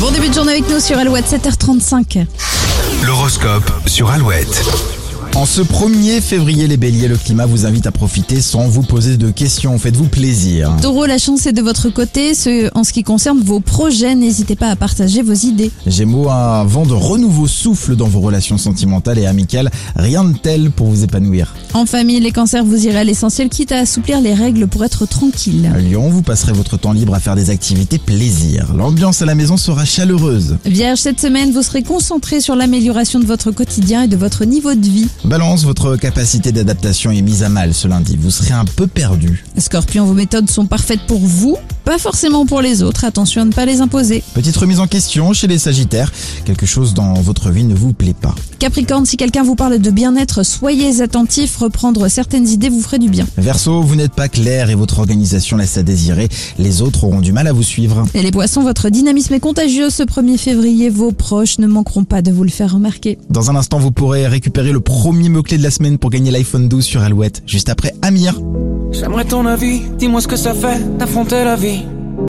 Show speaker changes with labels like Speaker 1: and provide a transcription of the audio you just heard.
Speaker 1: Bon début de journée avec nous sur Alouette, 7h35.
Speaker 2: L'horoscope sur Alouette.
Speaker 3: En ce 1er février, les béliers, le climat vous invite à profiter sans vous poser de questions. Faites-vous plaisir.
Speaker 1: Taureau, la chance est de votre côté. Ce- en ce qui concerne vos projets, n'hésitez pas à partager vos idées.
Speaker 3: Gémeaux, un vent de renouveau souffle dans vos relations sentimentales et amicales. Rien de tel pour vous épanouir.
Speaker 1: En famille, les cancers, vous irez à l'essentiel, quitte à assouplir les règles pour être tranquille.
Speaker 3: Lyon, vous passerez votre temps libre à faire des activités plaisir. L'ambiance à la maison sera chaleureuse.
Speaker 1: Vierge, cette semaine, vous serez concentré sur l'amélioration de votre quotidien et de votre niveau de vie.
Speaker 3: Balance, votre capacité d'adaptation est mise à mal ce lundi. Vous serez un peu perdu.
Speaker 1: Scorpion, vos méthodes sont parfaites pour vous, pas forcément pour les autres. Attention à ne pas les imposer.
Speaker 3: Petite remise en question chez les sagittaires. Quelque chose dans votre vie ne vous plaît pas.
Speaker 1: Capricorne, si quelqu'un vous parle de bien-être, soyez attentif. Reprendre certaines idées vous ferait du bien.
Speaker 3: Verseau, vous n'êtes pas clair et votre organisation laisse à désirer. Les autres auront du mal à vous suivre.
Speaker 1: Et les poissons, votre dynamisme est contagieux ce 1er février. Vos proches ne manqueront pas de vous le faire remarquer.
Speaker 3: Dans un instant, vous pourrez récupérer le premier mot-clé de la semaine pour gagner l'iPhone 12 sur Alouette, juste après Amir.
Speaker 4: J'aimerais ton avis, dis-moi ce que ça fait d'affronter la vie.